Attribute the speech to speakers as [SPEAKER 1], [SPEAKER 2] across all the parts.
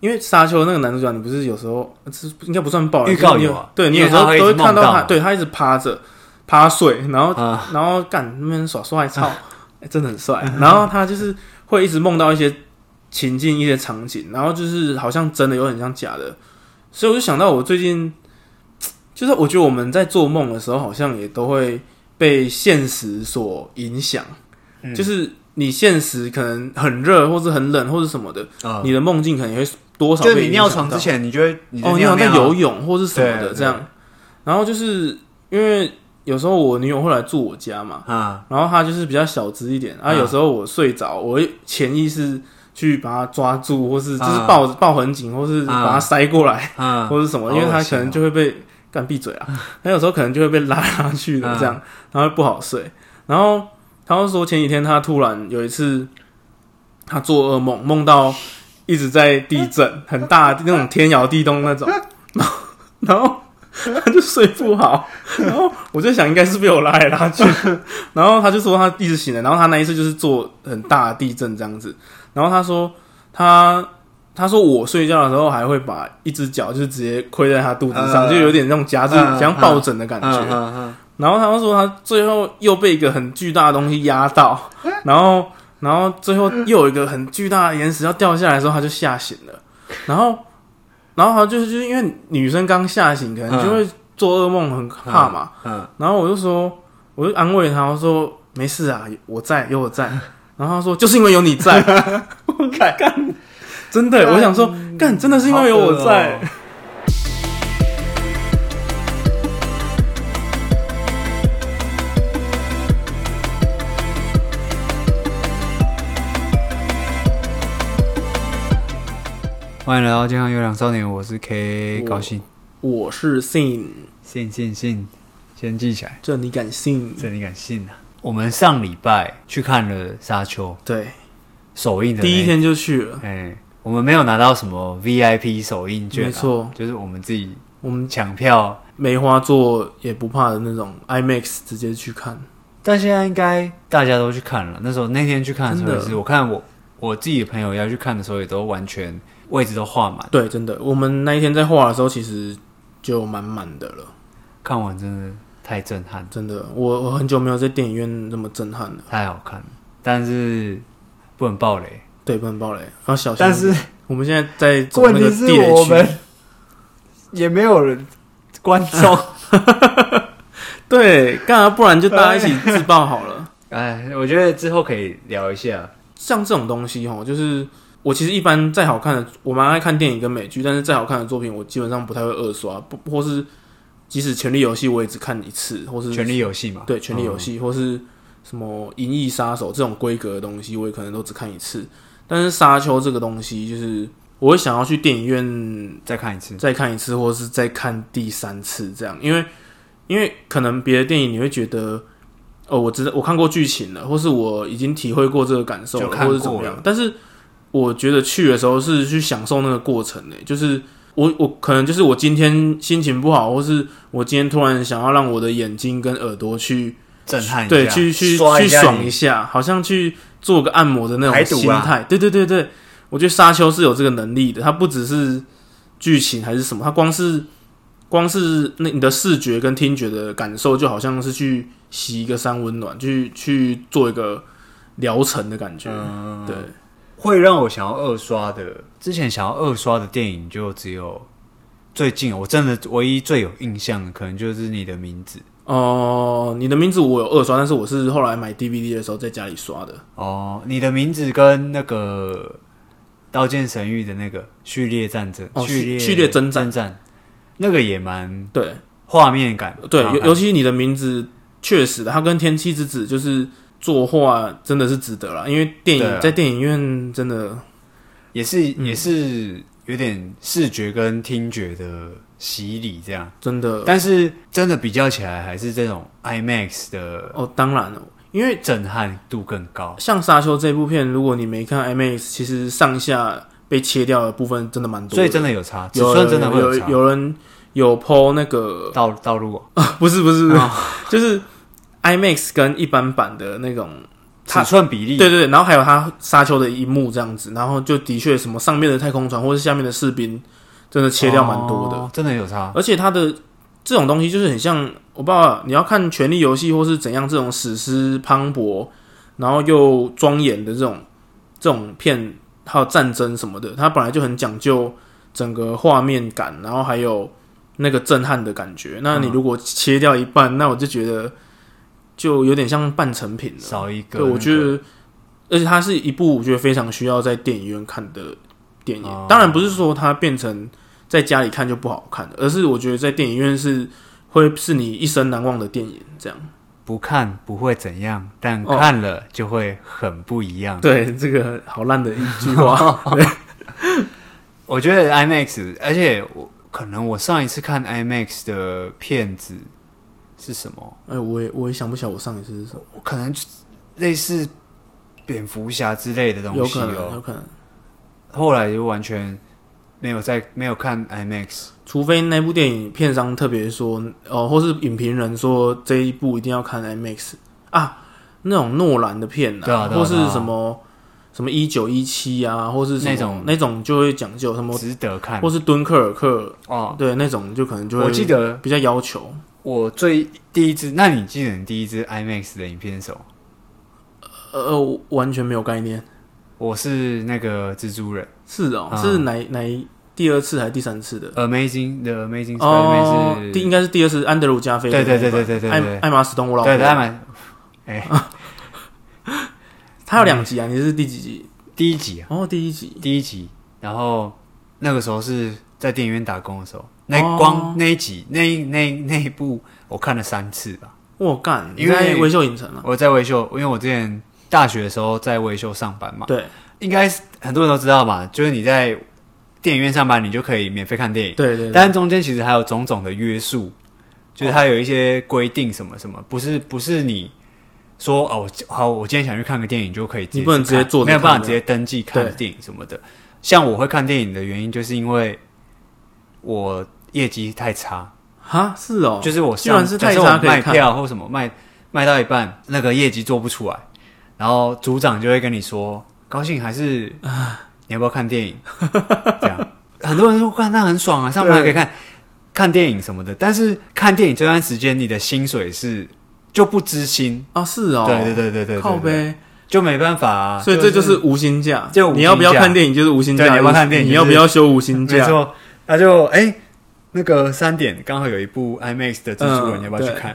[SPEAKER 1] 因为沙丘那个男主角，你不是有时候呃这应该不算暴雷
[SPEAKER 2] 预告
[SPEAKER 1] 你
[SPEAKER 2] 有啊
[SPEAKER 1] 对你
[SPEAKER 2] 因
[SPEAKER 1] 有
[SPEAKER 2] 为
[SPEAKER 1] 时候
[SPEAKER 2] 他会一
[SPEAKER 1] 都
[SPEAKER 2] 直
[SPEAKER 1] 会看到
[SPEAKER 2] 梦到
[SPEAKER 1] 他，
[SPEAKER 2] 嘛
[SPEAKER 1] 对他一直趴着趴睡，然后
[SPEAKER 2] 啊，
[SPEAKER 1] 然后干那边耍帅， 操，欸真的很帅。然后他就是会一直梦到一些情境、一些场景，然后就是好像真的有很像假的，所以我就想到我最近，就是我觉得我们在做梦的时候，好像也都会被现实所影响，
[SPEAKER 2] 嗯
[SPEAKER 1] 就是你现实可能很热，或是很冷，或是什么的，
[SPEAKER 2] 啊
[SPEAKER 1] 你的梦境可能也会多少
[SPEAKER 2] 就
[SPEAKER 1] 被
[SPEAKER 2] 是你
[SPEAKER 1] 影
[SPEAKER 2] 尿
[SPEAKER 1] 响
[SPEAKER 2] 床
[SPEAKER 1] 到
[SPEAKER 2] 之前，你就会你的
[SPEAKER 1] 哦，你
[SPEAKER 2] 尿
[SPEAKER 1] 好像在
[SPEAKER 2] 尿啊
[SPEAKER 1] 游泳或是什么
[SPEAKER 2] 对
[SPEAKER 1] 的
[SPEAKER 2] 对
[SPEAKER 1] 这样。然后就是因为有时候我女友会来住我家嘛，
[SPEAKER 2] 啊，
[SPEAKER 1] 然后她就是比较小只一点，啊，
[SPEAKER 2] 嗯
[SPEAKER 1] 有时候我睡着，我会潜意识去把她抓住，或是就是
[SPEAKER 2] 嗯
[SPEAKER 1] 抱抱很紧，或是
[SPEAKER 2] 嗯
[SPEAKER 1] 把她塞过来，
[SPEAKER 2] 啊，
[SPEAKER 1] 或是什么，
[SPEAKER 2] 好
[SPEAKER 1] 因为她
[SPEAKER 2] 恶
[SPEAKER 1] 可
[SPEAKER 2] 心
[SPEAKER 1] 能
[SPEAKER 2] 哦
[SPEAKER 1] 就会被干闭 嘴啊，那有时候可能就会被拉来拉去
[SPEAKER 2] 啊
[SPEAKER 1] 的这样，然后不好睡。然后她就说前几天她突然有一次，她做噩梦，梦到一直在地震，很大那种天摇地动那种，然后。然后 他就睡不好，然后我就想应该是被我拉来拉去，然后他就说他一直醒来，然后他那一次就是做很大的地震这样子，然后他说他他说我睡觉的时候还会把一只脚就是直接跪在他肚子上，
[SPEAKER 2] 呃
[SPEAKER 1] 就有点那种夹住
[SPEAKER 2] 嗯
[SPEAKER 1] 像抱枕的感
[SPEAKER 2] 嗯
[SPEAKER 1] 觉，
[SPEAKER 2] 嗯嗯
[SPEAKER 1] 然后他就说他最后又被一个很巨大的东西压到，然后然后最后又有一个很巨大的岩石要掉下来的时候，他就吓醒了，然后。然后他就是就是因为女生刚吓醒，可能就会做噩梦，很怕嘛。
[SPEAKER 2] 嗯
[SPEAKER 1] 然后我就说，我就安慰他，我说没事啊，我在，有我在。然后他说，就是因为有你 在，我干干，真的，
[SPEAKER 2] 干嗯
[SPEAKER 1] 我想说，干，真的是因为有我在。
[SPEAKER 2] 好恶哦 欢迎来到健康优良少年，我是 K，
[SPEAKER 1] 我
[SPEAKER 2] 高兴，
[SPEAKER 1] 我是信，
[SPEAKER 2] 信信信，先记起来，
[SPEAKER 1] 这你敢信？
[SPEAKER 2] 这你敢信啊？我们上礼拜去看了《沙丘》
[SPEAKER 1] 对，
[SPEAKER 2] 首映的那
[SPEAKER 1] 第一，天就去了，
[SPEAKER 2] 哎，我们没有拿到什么 VIP 首映券啊，
[SPEAKER 1] 没错
[SPEAKER 2] 就是我们自己
[SPEAKER 1] 我们
[SPEAKER 2] 抢票，
[SPEAKER 1] 梅花座也不怕的那种 IMAX 直接去看，
[SPEAKER 2] 但现在应该大家都去看了。那时候那天去看的时候
[SPEAKER 1] 真
[SPEAKER 2] 也
[SPEAKER 1] 的
[SPEAKER 2] 是，我看我我自己的朋友要去看的时候，也都完全位置都画满，
[SPEAKER 1] 对，真的，我们那一天在画的时候，其实就满满的了，
[SPEAKER 2] 看完真的太震撼，
[SPEAKER 1] 真的，我我很久没有在电影院那么震撼了，
[SPEAKER 2] 太好看了，但是不能爆雷。
[SPEAKER 1] 对，不能爆雷，要小心。
[SPEAKER 2] 但是
[SPEAKER 1] 我们现在在走
[SPEAKER 2] 问
[SPEAKER 1] 那
[SPEAKER 2] 题
[SPEAKER 1] 个
[SPEAKER 2] 是
[SPEAKER 1] 地雷
[SPEAKER 2] 我
[SPEAKER 1] 区
[SPEAKER 2] 们，也没有人观 众。
[SPEAKER 1] 对，干嘛不然就大家一起自爆好 了。
[SPEAKER 2] 哎，我觉得之后可以聊一下。
[SPEAKER 1] 像这种东西哈，就是我其实一般再好看的，我蛮爱看电影跟美剧，但是再好看的作品，我基本上不太会二刷，不或是即使《权力游戏》我也只看一次，或是
[SPEAKER 2] 权力游戏嘛，
[SPEAKER 1] 对《权力
[SPEAKER 2] 嗯
[SPEAKER 1] 游戏》或是什么《银翼杀手》这种规格的东西，我也可能都只看一次。但是《沙丘》这个东西，就是我会想要去电影院
[SPEAKER 2] 嗯，再看一次。
[SPEAKER 1] 再看一次，或是再看第三次这样，因为因为可能别的电影你会觉得，哦，我知道我看过剧情了，或是我已经体会过这个感受了，
[SPEAKER 2] 就看
[SPEAKER 1] 或
[SPEAKER 2] 过
[SPEAKER 1] 是
[SPEAKER 2] 了
[SPEAKER 1] 怎么样，但是我觉得去的时候是去享受那个过程呢，就是。我我可能就是我今天心情不好，或是我今天突然想要让我的眼睛跟耳朵去
[SPEAKER 2] 震撼一下，
[SPEAKER 1] 对去去
[SPEAKER 2] 刷
[SPEAKER 1] 去
[SPEAKER 2] 下
[SPEAKER 1] 爽
[SPEAKER 2] 你
[SPEAKER 1] 一下，好像去做个按摩的那
[SPEAKER 2] 排
[SPEAKER 1] 种
[SPEAKER 2] 毒
[SPEAKER 1] 心
[SPEAKER 2] 啊
[SPEAKER 1] 态。对对对对，我觉得沙丘是有这个能力的，它不只是剧情还是什么，它光是光是那你的视觉跟听觉的感受，就好像是去洗一个山温暖，去去做一个疗程的感觉。
[SPEAKER 2] 嗯
[SPEAKER 1] 对，
[SPEAKER 2] 会让我想要二刷的，之前想要二刷的电影就只有最近我真的唯一最有印象的，可能就是你的名字
[SPEAKER 1] 哦、你的名字我有二刷，但是我是后来买 DVD 的时候在家里刷的。
[SPEAKER 2] 哦，你的名字跟那个《刀剑神域》的那个序列战争，
[SPEAKER 1] 哦
[SPEAKER 2] 序列
[SPEAKER 1] 序列征战
[SPEAKER 2] 那个也蛮
[SPEAKER 1] 对
[SPEAKER 2] 画面感，
[SPEAKER 1] 对，
[SPEAKER 2] 蛮好
[SPEAKER 1] 尤
[SPEAKER 2] 看
[SPEAKER 1] 尤其是你的名字，确实的，它跟《天气之子》就是作画真的是值得了，因为电影、
[SPEAKER 2] 对啊
[SPEAKER 1] 在电影院真的
[SPEAKER 2] 也是
[SPEAKER 1] 嗯
[SPEAKER 2] 也是有点视觉跟听觉的洗礼这样，
[SPEAKER 1] 真的
[SPEAKER 2] 但是真的比较起来，还是这种 IMAX 的
[SPEAKER 1] 哦，当然了，因为
[SPEAKER 2] 震撼度更高。
[SPEAKER 1] 像《沙丘》这部片，如果你没看 IMAX，其实上下被切掉的部分真的蛮多的，
[SPEAKER 2] 所以真的有差，尺
[SPEAKER 1] 有
[SPEAKER 2] 寸真的会
[SPEAKER 1] 有
[SPEAKER 2] 差。
[SPEAKER 1] 有人有 PO 那 个
[SPEAKER 2] 道道路哦
[SPEAKER 1] 不是不是，不是就是 IMAX 跟一般版的那种他
[SPEAKER 2] 尺寸比例，
[SPEAKER 1] 对对对，然后还有他沙丘的一幕这样子，然后就的确什么上面的太空船或是下面的士兵，真的切掉蛮多的。
[SPEAKER 2] 哦真的有差。
[SPEAKER 1] 而且它的这种东西就是很像，我不知道你要看《权力游戏》或是怎样这种史诗磅礴，然后又庄严的这种这种片，还有战争什么的，它本来就很讲究整个画面感，然后还有那个震撼的感觉。那你如果切掉一半，那我就觉得就有点像半成品了。
[SPEAKER 2] 少一个
[SPEAKER 1] 对，
[SPEAKER 2] 那个，
[SPEAKER 1] 我觉得，而且它是一部我觉得非常需要在电影院看的电影。
[SPEAKER 2] 哦
[SPEAKER 1] 当然不是说它变成在家里看就不好看，而是我觉得在电影院是会是你一生难忘的电影。这样，
[SPEAKER 2] 不看不会怎样，但
[SPEAKER 1] 哦
[SPEAKER 2] 看了就会很不一样。
[SPEAKER 1] 对这个好烂的一句话，
[SPEAKER 2] 我觉得 IMAX，而且我可能我上一次看 IMAX 的片子是什么？
[SPEAKER 1] 哎，我也我也想不起来我上一次是什么，
[SPEAKER 2] 我可能就类似蝙蝠侠之类的东
[SPEAKER 1] 有
[SPEAKER 2] 西
[SPEAKER 1] 可能，有
[SPEAKER 2] 哦。
[SPEAKER 1] 可能，
[SPEAKER 2] 后来就完全没有在没有看 IMAX，
[SPEAKER 1] 除非那部电影片商特别说，哦，或是影评人说这一部一定要看 IMAX 啊，那种诺兰的片
[SPEAKER 2] 对啊对啊
[SPEAKER 1] 或是
[SPEAKER 2] 对啊
[SPEAKER 1] 什么什么一九一七啊，或是什么
[SPEAKER 2] 那种
[SPEAKER 1] 那种就会讲究什么，
[SPEAKER 2] 值得看
[SPEAKER 1] 或是敦刻尔克，
[SPEAKER 2] 哦。
[SPEAKER 1] 对那种就可能就会
[SPEAKER 2] 我记得
[SPEAKER 1] 比较要求，
[SPEAKER 2] 我最第一支，那你记得你第一支 IMAX 的影片是什么？
[SPEAKER 1] 呃，我完全没有概念，
[SPEAKER 2] 我是那个蜘蛛人
[SPEAKER 1] 是哦，
[SPEAKER 2] 啊
[SPEAKER 1] 是哪哪一第二次还是第三次的？
[SPEAKER 2] ，Amazing 的 Amazing Spider-Man
[SPEAKER 1] 哦，
[SPEAKER 2] 是
[SPEAKER 1] 第应该是第二次，安德鲁加菲的
[SPEAKER 2] 对对
[SPEAKER 1] 那一版
[SPEAKER 2] 对对对对对
[SPEAKER 1] 艾艾玛史东，我老婆
[SPEAKER 2] 对，他们哎
[SPEAKER 1] 他有两集啊，你是第几集？
[SPEAKER 2] 第一集啊，
[SPEAKER 1] 哦，第一集，
[SPEAKER 2] 第一集，然后那个时候是在电影院打工的时候，那
[SPEAKER 1] 哦
[SPEAKER 2] 光那一集那一那一那一部我看了三次吧。
[SPEAKER 1] 我干，你
[SPEAKER 2] 因为
[SPEAKER 1] 在维秀影城啊？
[SPEAKER 2] 我在维修，因为我之前大学的时候在维修上班嘛，
[SPEAKER 1] 对
[SPEAKER 2] 应该是很多人都知道嘛，就是你在电影院上班，你就可以免费看电影，
[SPEAKER 1] 对对对，
[SPEAKER 2] 但中间其实还有种种的约束，就是它有一些规定什么什么，不是不是你说哦，我好，我今天想去看个电影就可以直接
[SPEAKER 1] 你不能
[SPEAKER 2] 去看
[SPEAKER 1] 直接坐着
[SPEAKER 2] 没有办
[SPEAKER 1] 看
[SPEAKER 2] 法
[SPEAKER 1] 的
[SPEAKER 2] 直接登记看
[SPEAKER 1] 对
[SPEAKER 2] 电影什么的。像我会看电影的原因，就是因为我业绩太差，
[SPEAKER 1] 哈，是哦，
[SPEAKER 2] 就是我
[SPEAKER 1] 居然
[SPEAKER 2] 上
[SPEAKER 1] 是
[SPEAKER 2] 假
[SPEAKER 1] 太
[SPEAKER 2] 设
[SPEAKER 1] 差
[SPEAKER 2] 我
[SPEAKER 1] 可以
[SPEAKER 2] 卖
[SPEAKER 1] 看，
[SPEAKER 2] 票或什么卖卖到一半，那个业绩做不出来，然后组长就会跟你说，高兴 还是你要不要 看电影？这样很多人说看那很爽啊，上班还可以看看电影什么的，但是看电影这段时间你的薪水是就不知心，
[SPEAKER 1] 啊，是哦，
[SPEAKER 2] 对对对对对对，
[SPEAKER 1] 靠呗，
[SPEAKER 2] 就没办法啊，
[SPEAKER 1] 所以这就是无薪假，
[SPEAKER 2] 就无薪假
[SPEAKER 1] 你要不要看电影就是无薪假，
[SPEAKER 2] 对你要不要看电影
[SPEAKER 1] 你要不要休无薪
[SPEAKER 2] 没
[SPEAKER 1] 假？
[SPEAKER 2] 错，他就哎、那个三点刚好有一部 IMAX 的蜘蛛
[SPEAKER 1] 嗯
[SPEAKER 2] 人，你要不要去
[SPEAKER 1] 对
[SPEAKER 2] 看？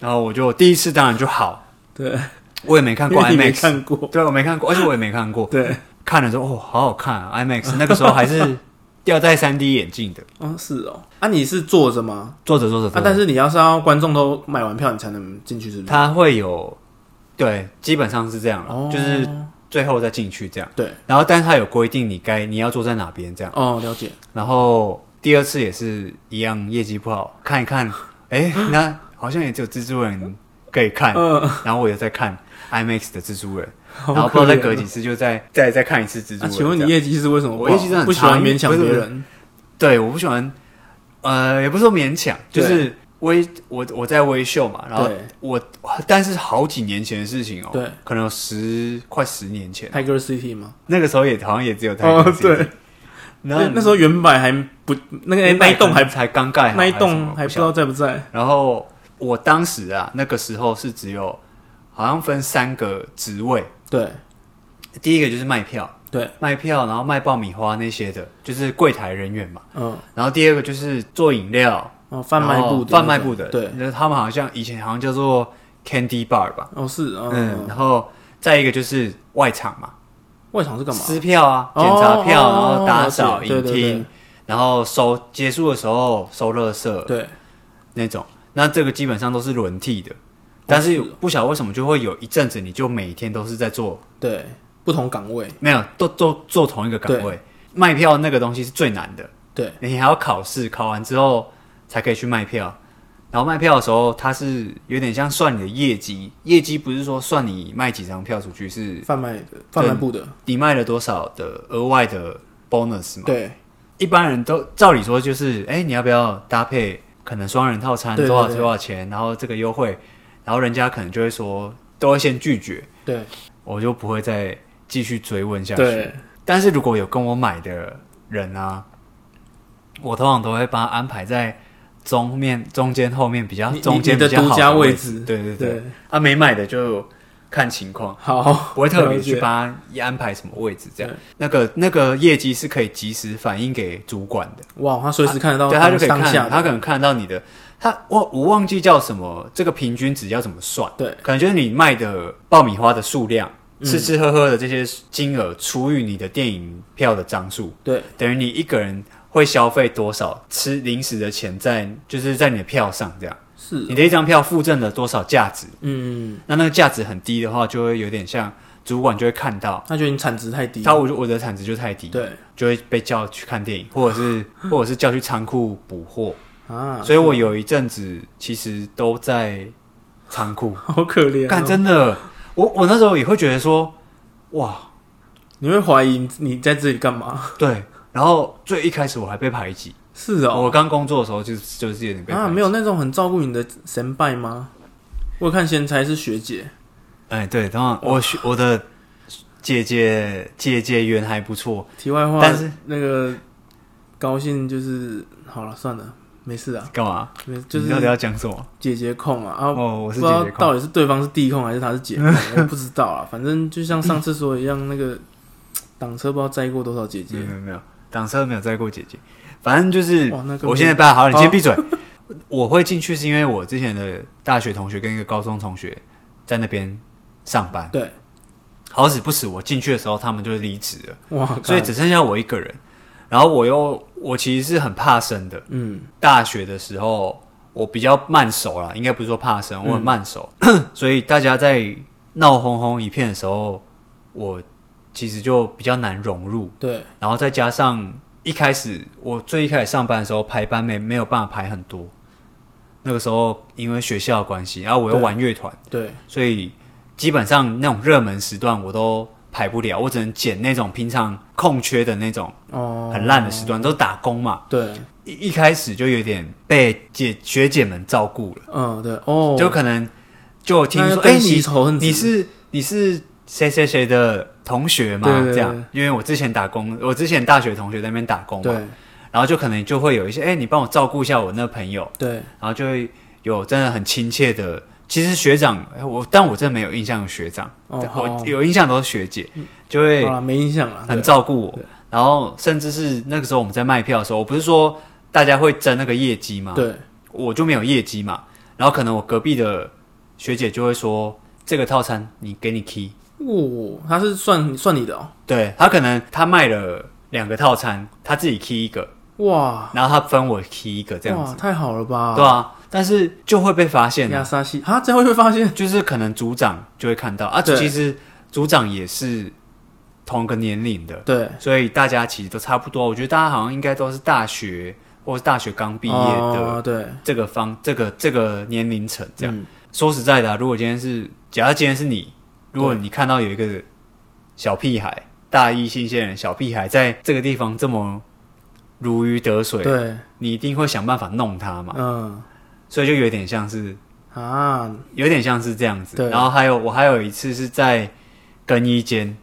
[SPEAKER 2] 然后我就第一次当然就好，
[SPEAKER 1] 对，
[SPEAKER 2] 我也没看
[SPEAKER 1] 因
[SPEAKER 2] 过
[SPEAKER 1] 为你没
[SPEAKER 2] IMAX，
[SPEAKER 1] 看过，
[SPEAKER 2] 对我没看过，而且我也没看过。
[SPEAKER 1] 对，
[SPEAKER 2] 看了之后哦，好好看、啊、IMAX，那个时候 还是要戴三 D 眼镜的，
[SPEAKER 1] 啊，是哦，啊，你是坐着吗？
[SPEAKER 2] 坐着坐着
[SPEAKER 1] 啊
[SPEAKER 2] 坐，
[SPEAKER 1] 但
[SPEAKER 2] 着，
[SPEAKER 1] 是你要是要观众都买完票，你才能进去，是不是？
[SPEAKER 2] 它会有，对，基本上是这样了，就是最后再进去这样。
[SPEAKER 1] 哦对，
[SPEAKER 2] 然后但是它有规定你该你要坐在哪边这样。
[SPEAKER 1] 哦，了解，
[SPEAKER 2] 然后第二次也是一样，业绩不好，看 一看，哎，那好像也只有蜘蛛人可以看，
[SPEAKER 1] 嗯，
[SPEAKER 2] 然后我也在看 IMAX 的蜘蛛人，
[SPEAKER 1] 好
[SPEAKER 2] 然后不知道再隔
[SPEAKER 1] 可怜
[SPEAKER 2] 几次就再再再看一次蜘蛛
[SPEAKER 1] 啊，
[SPEAKER 2] 人。
[SPEAKER 1] 请问
[SPEAKER 2] 这
[SPEAKER 1] 你
[SPEAKER 2] 样
[SPEAKER 1] 业绩是为什么不好？
[SPEAKER 2] 我业绩真的很
[SPEAKER 1] 不喜欢
[SPEAKER 2] 差
[SPEAKER 1] 勉强
[SPEAKER 2] 不是
[SPEAKER 1] 别人，
[SPEAKER 2] 对，我不喜欢，呃，也不是说勉强，就
[SPEAKER 1] 对
[SPEAKER 2] 是微我我在微秀嘛，然后
[SPEAKER 1] 对
[SPEAKER 2] 我但是好几年前的事情哦，
[SPEAKER 1] 对，
[SPEAKER 2] 可能有十快十年前，
[SPEAKER 1] ，Tiger City 吗？
[SPEAKER 2] 那个时候也好像也只有台
[SPEAKER 1] 哦
[SPEAKER 2] 湾
[SPEAKER 1] 对
[SPEAKER 2] 然后
[SPEAKER 1] 那那时候原版还不那个那一栋还
[SPEAKER 2] 才刚盖好，
[SPEAKER 1] 那一
[SPEAKER 2] 还是什
[SPEAKER 1] 栋
[SPEAKER 2] 么
[SPEAKER 1] 还不
[SPEAKER 2] 不
[SPEAKER 1] 知
[SPEAKER 2] 晓得
[SPEAKER 1] 道在不在，
[SPEAKER 2] 然后我当时啊，那个时候是只有好像分三个职位，
[SPEAKER 1] 对
[SPEAKER 2] 第一个就是卖票，
[SPEAKER 1] 对，
[SPEAKER 2] 卖票，然后卖爆米花那些的，就是柜台人员嘛，
[SPEAKER 1] 嗯，
[SPEAKER 2] 然后第二个就是做饮料。
[SPEAKER 1] 哦，贩卖部的那个
[SPEAKER 2] 贩卖部的，
[SPEAKER 1] 对，，
[SPEAKER 2] 就是他们好像以前好像叫做 Candy Bar 吧，
[SPEAKER 1] 哦是，
[SPEAKER 2] 嗯，
[SPEAKER 1] 嗯，
[SPEAKER 2] 然后再一个就是外场嘛，
[SPEAKER 1] 外场是干嘛？
[SPEAKER 2] 撕票啊，
[SPEAKER 1] 哦
[SPEAKER 2] 检查票，
[SPEAKER 1] 哦
[SPEAKER 2] 然后打扫
[SPEAKER 1] 了解
[SPEAKER 2] 影
[SPEAKER 1] 对对
[SPEAKER 2] 厅
[SPEAKER 1] 对，
[SPEAKER 2] 然后收结束的时候收垃圾
[SPEAKER 1] 对，
[SPEAKER 2] 那种，那这个基本上都是轮替的，
[SPEAKER 1] 哦
[SPEAKER 2] 但是不晓得为什么就会有一阵子你就每天都是在做，
[SPEAKER 1] 对，不同岗位，
[SPEAKER 2] 没有都都做同一个岗位，卖票那个东西是最难的。
[SPEAKER 1] 对，
[SPEAKER 2] 你还要考试，考完之后才可以去卖票。然后卖票的时候，它是有点像算你的业绩，业绩不是说算你卖几张票出去，是
[SPEAKER 1] 贩卖的贩卖部的，
[SPEAKER 2] 你卖了多少的额外的 bonus 嘛？
[SPEAKER 1] 对，
[SPEAKER 2] 一般人都照理说就是，哎，你要不要搭配可能双人套餐
[SPEAKER 1] 对
[SPEAKER 2] 多少
[SPEAKER 1] 对对
[SPEAKER 2] 多少钱，然后这个优惠，然后人家可能就会说都会先拒绝，
[SPEAKER 1] 对
[SPEAKER 2] 我就不会再继续追问下去。
[SPEAKER 1] 对，
[SPEAKER 2] 但是如果有跟我买的人啊，我通常都会把他安排在中面、中间、后面比较
[SPEAKER 1] 你
[SPEAKER 2] 中间
[SPEAKER 1] 你的
[SPEAKER 2] 比较好
[SPEAKER 1] 独家
[SPEAKER 2] 位
[SPEAKER 1] 位置
[SPEAKER 2] 对对对，
[SPEAKER 1] 对，
[SPEAKER 2] 啊，没买的就看情况。
[SPEAKER 1] 好，
[SPEAKER 2] 不会特别
[SPEAKER 1] 了解
[SPEAKER 2] 去帮他安排什么位置，这样
[SPEAKER 1] 对
[SPEAKER 2] 那个那个业绩是可以及时反映给主管的，
[SPEAKER 1] 哇，他随时看得到
[SPEAKER 2] 对他就可以
[SPEAKER 1] 当下
[SPEAKER 2] 看，
[SPEAKER 1] 的
[SPEAKER 2] 他可能看得到你的，他我我忘记叫什么，这个平均值要怎么算？
[SPEAKER 1] 对，嗯
[SPEAKER 2] 可能就是你卖的爆米花的数量，吃吃喝喝的这些金额除以你的电影票的张数，
[SPEAKER 1] 对
[SPEAKER 2] 等于你一个人会消费多少吃零食的钱在就是在你的票上这样，
[SPEAKER 1] 是，
[SPEAKER 2] 你的一张票附赠了多少价值？
[SPEAKER 1] 嗯，
[SPEAKER 2] 那那个价值很低的话，就会有点像主管就会看到。
[SPEAKER 1] 他觉得你产值太低，
[SPEAKER 2] 他我就我的产值就太低，
[SPEAKER 1] 对
[SPEAKER 2] 就会被叫去看电影，或者是或者是叫去仓库补货。
[SPEAKER 1] 啊，，
[SPEAKER 2] 所以我有一阵子其实都在仓库
[SPEAKER 1] 好可怜哦，
[SPEAKER 2] 干真的，我我那时候也会觉得说，哇，
[SPEAKER 1] 你会怀疑你在这里干嘛？
[SPEAKER 2] 对。然后最一开始我还被排挤，
[SPEAKER 1] 啊是哦，
[SPEAKER 2] 我刚工作的时候就就是有点被排挤。
[SPEAKER 1] 啊，没有那种很照顾你的神拜吗？我有看贤才是学姐，
[SPEAKER 2] 哎，对，当然我学我的姐姐姐姐缘还不错，
[SPEAKER 1] 题外话，
[SPEAKER 2] 但是
[SPEAKER 1] 那个高兴就是好了，算了，没事啊，
[SPEAKER 2] 干嘛？
[SPEAKER 1] 没就
[SPEAKER 2] 你到底
[SPEAKER 1] 是
[SPEAKER 2] 要讲什么？
[SPEAKER 1] 姐姐控啊，啊，
[SPEAKER 2] 嗯哦，我
[SPEAKER 1] 不
[SPEAKER 2] 是
[SPEAKER 1] 知
[SPEAKER 2] 姐
[SPEAKER 1] 道
[SPEAKER 2] 姐控
[SPEAKER 1] 到底是对方是弟控还是他是姐控，我不知道 啊，反正就像上次说的一样，那
[SPEAKER 2] 嗯
[SPEAKER 1] 个挡车不知道载过多少姐
[SPEAKER 2] 没有
[SPEAKER 1] 姐，
[SPEAKER 2] 没有没有，挡车没有载过姐姐，反正就是
[SPEAKER 1] 哇那哦根本
[SPEAKER 2] 我现在不好了，你
[SPEAKER 1] 好
[SPEAKER 2] 先闭嘴。我会进去是因为我之前的大学同学跟一个高中同学在那边上班，
[SPEAKER 1] 对，
[SPEAKER 2] 好死不死我进去的时候他们就离职了，
[SPEAKER 1] 哇，
[SPEAKER 2] 所以
[SPEAKER 1] 看
[SPEAKER 2] 只剩下我一个人。然后我又我其实是很怕生的，
[SPEAKER 1] 嗯
[SPEAKER 2] 大学的时候我比较慢熟啦，应该不是说怕生，
[SPEAKER 1] 嗯
[SPEAKER 2] 我很慢熟， 所以大家在闹哄哄一片的时候，我其实就比较难融入。
[SPEAKER 1] 对
[SPEAKER 2] 然后再加上一开始我最一开始上班的时候排班没没有办法排很多，那个时候因为学校的关系，然啊后我又
[SPEAKER 1] 对
[SPEAKER 2] 玩乐团，
[SPEAKER 1] 对
[SPEAKER 2] 所以基本上那种热门时段我都排不了，我只能捡那种平常空缺的那种
[SPEAKER 1] 哦，
[SPEAKER 2] 很烂的时段，都打工嘛。
[SPEAKER 1] 对，
[SPEAKER 2] 一一开始就有点被姐学姐们照顾了，
[SPEAKER 1] 嗯对哦，
[SPEAKER 2] 就可能就听
[SPEAKER 1] 那
[SPEAKER 2] 说
[SPEAKER 1] 就
[SPEAKER 2] 哎、
[SPEAKER 1] 珍惜
[SPEAKER 2] 你
[SPEAKER 1] 仇恨值
[SPEAKER 2] 你是你是谁谁谁的同学嘛？
[SPEAKER 1] 对对对
[SPEAKER 2] 这样，因为我之前打工，我之前大学同学在那边打工嘛，
[SPEAKER 1] 对
[SPEAKER 2] 然后就可能就会有一些，哎、你帮我照顾一下我那个朋友，
[SPEAKER 1] 对
[SPEAKER 2] 然后就会有真的很亲切的。其实学长，哎我但我真的没有印象有学长，
[SPEAKER 1] 哦，好
[SPEAKER 2] 我有印象都是学姐，就会
[SPEAKER 1] 好了，没印象了，对
[SPEAKER 2] 很
[SPEAKER 1] 啊
[SPEAKER 2] 照顾我
[SPEAKER 1] 对。
[SPEAKER 2] 然后甚至是那个时候我们在卖票的时候，我不是说大家会争那个业绩吗？
[SPEAKER 1] 对
[SPEAKER 2] 我就没有业绩嘛，然后可能我隔壁的学姐就会说这个套餐你给你 key，
[SPEAKER 1] 哦，他是算算你的哦，
[SPEAKER 2] 对她可能她卖了两个套餐，她自己 key 一个，
[SPEAKER 1] 哇，
[SPEAKER 2] 然后她分我 key 一个这样
[SPEAKER 1] 哇，
[SPEAKER 2] 子，
[SPEAKER 1] 太好了吧？
[SPEAKER 2] 对啊，但是就会被发现
[SPEAKER 1] 亚
[SPEAKER 2] 啊，
[SPEAKER 1] 沙西啊，这样会不会发现
[SPEAKER 2] 就是可能组长就会看到啊，
[SPEAKER 1] 对
[SPEAKER 2] 其实组长也是同个年龄的，
[SPEAKER 1] 对
[SPEAKER 2] 所以大家其实都差不多，我觉得大家好像应该都是大学或是大学刚毕业的
[SPEAKER 1] 哦对，
[SPEAKER 2] 这个方、这个这个年龄层这样。
[SPEAKER 1] 嗯
[SPEAKER 2] 说实在的啊、如果今天是，假如今天是你，如果你看到有一个小屁孩，大一新鲜人小屁孩在这个地方这么如鱼得水，
[SPEAKER 1] 对，
[SPEAKER 2] 你一定会想办法弄他嘛。
[SPEAKER 1] 嗯
[SPEAKER 2] 所以就有点像是，
[SPEAKER 1] 啊，
[SPEAKER 2] 有点像是这样子。
[SPEAKER 1] 对
[SPEAKER 2] 然后还有我还有一次是在更衣间，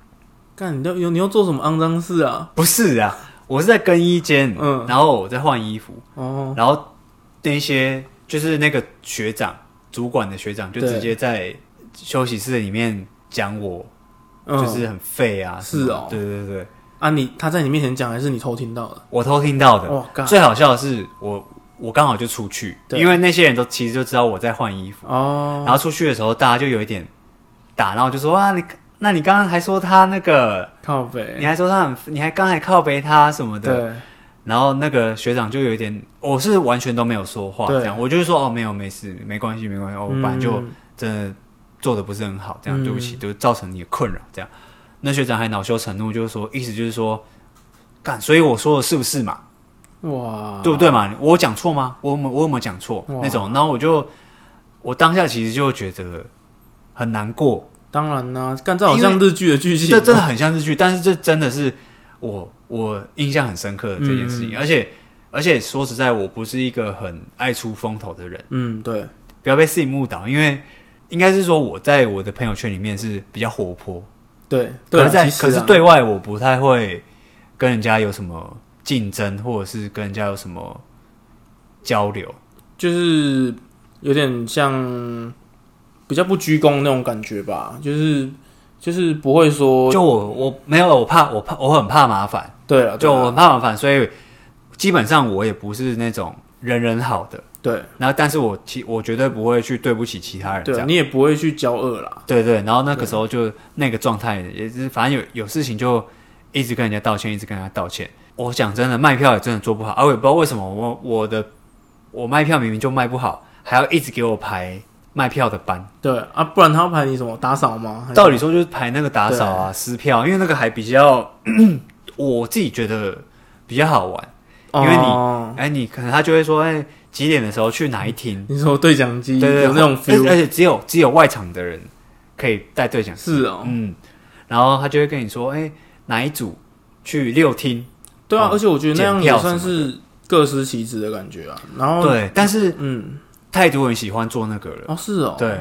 [SPEAKER 1] 干你都有你又做什么肮脏事啊？
[SPEAKER 2] 不是啊，我是在更衣间，
[SPEAKER 1] 嗯
[SPEAKER 2] 然后我在换衣服，
[SPEAKER 1] 哦，
[SPEAKER 2] 然后那些就是那个学长主管的学长就
[SPEAKER 1] 对
[SPEAKER 2] 直接在休息室里面讲我
[SPEAKER 1] 嗯，
[SPEAKER 2] 就是很废啊。
[SPEAKER 1] 是
[SPEAKER 2] 什么
[SPEAKER 1] 哦
[SPEAKER 2] 对对对，
[SPEAKER 1] 啊，你他在你面前讲，还是你偷听到的？
[SPEAKER 2] 我偷听到的。
[SPEAKER 1] 哇，干
[SPEAKER 2] 最好笑的是，我我刚好就出去，
[SPEAKER 1] 对
[SPEAKER 2] 因为那些人都其实就知道我在换衣服，
[SPEAKER 1] 哦，
[SPEAKER 2] 然后出去的时候大家就有一点打闹，就说啊你。那你刚刚还说他那个，
[SPEAKER 1] 靠
[SPEAKER 2] 你
[SPEAKER 1] 北，
[SPEAKER 2] 还说他很，你还刚才靠背他什么的，
[SPEAKER 1] 对
[SPEAKER 2] 然后那个学长就有一点，我是完全都没有说话，
[SPEAKER 1] 对
[SPEAKER 2] 这样，我就是说哦没有没事，没关系没关系，哦我本来就
[SPEAKER 1] 嗯
[SPEAKER 2] 真的做的不是很好，这样、
[SPEAKER 1] 嗯
[SPEAKER 2] 对不起，就造成你的困扰，这样。那学长还恼羞成怒，就是说，意思就是说，干，所以我说的是不是嘛？
[SPEAKER 1] 哇，
[SPEAKER 2] 对不对嘛？我有讲错吗？我有没有我有没有讲错
[SPEAKER 1] 啊哇
[SPEAKER 2] 那种？然后我就，我当下其实就觉得很难过，
[SPEAKER 1] 当然啦，干这好像日剧的剧情
[SPEAKER 2] 这
[SPEAKER 1] 哦，
[SPEAKER 2] 真的很像日剧，但是这真的是我我印象很深刻的这件事情，
[SPEAKER 1] 嗯
[SPEAKER 2] 而且而且说实在，我不是一个很爱出风头的人，
[SPEAKER 1] 嗯，对
[SPEAKER 2] 不要被事情误导，因为应该是说我在我的朋友圈里面是比较活泼，
[SPEAKER 1] 对对啊，
[SPEAKER 2] 可是在
[SPEAKER 1] 其实啊
[SPEAKER 2] 可是对外我不太会跟人家有什么竞争，或者是跟人家有什么交流。
[SPEAKER 1] 就是有点像比较不鞠躬那种感觉吧，就是就是不会说
[SPEAKER 2] 就我我没有，我怕我怕我很怕麻烦，
[SPEAKER 1] 对了，
[SPEAKER 2] 就
[SPEAKER 1] 对
[SPEAKER 2] 我
[SPEAKER 1] 啊
[SPEAKER 2] 很怕麻烦，所以基本上我也不是那种人人好的。
[SPEAKER 1] 对
[SPEAKER 2] 然后，但是我其我绝对不会去对不起其他人，这
[SPEAKER 1] 对啊，
[SPEAKER 2] 样
[SPEAKER 1] 你也不会去交恶啦，
[SPEAKER 2] 对对。然后那个时候就那个状态，也是反正有有事情就一直跟人家道歉，一直跟人家道歉。我讲真的，卖票也真的做不好，啊，我也不知道为什么我我的我卖票明明就卖不好，还要一直给我排卖票的班。
[SPEAKER 1] 对啊，不然他要排你什么打扫吗？还是
[SPEAKER 2] 道理说就是排那个打扫啊、撕票，因为那个还比较， 我自己觉得比较好玩。因为
[SPEAKER 1] 哦
[SPEAKER 2] 哎，你可能他就会说，哎，几点的时候去哪一厅？
[SPEAKER 1] 你说对讲机
[SPEAKER 2] 对对，哎
[SPEAKER 1] 有那种
[SPEAKER 2] 而
[SPEAKER 1] feel
[SPEAKER 2] 而且只有只有外场的人可以带队讲，
[SPEAKER 1] 是哦，
[SPEAKER 2] 嗯，然后他就会跟你说，哎、哪一组去六厅？
[SPEAKER 1] 对啊，
[SPEAKER 2] 哦
[SPEAKER 1] 而且我觉得那样
[SPEAKER 2] 检
[SPEAKER 1] 也
[SPEAKER 2] 票
[SPEAKER 1] 算是各司其职的感觉啊。然后
[SPEAKER 2] 对，但是
[SPEAKER 1] 嗯，
[SPEAKER 2] 太多人喜欢做那个了，
[SPEAKER 1] 哦是哦，
[SPEAKER 2] 对，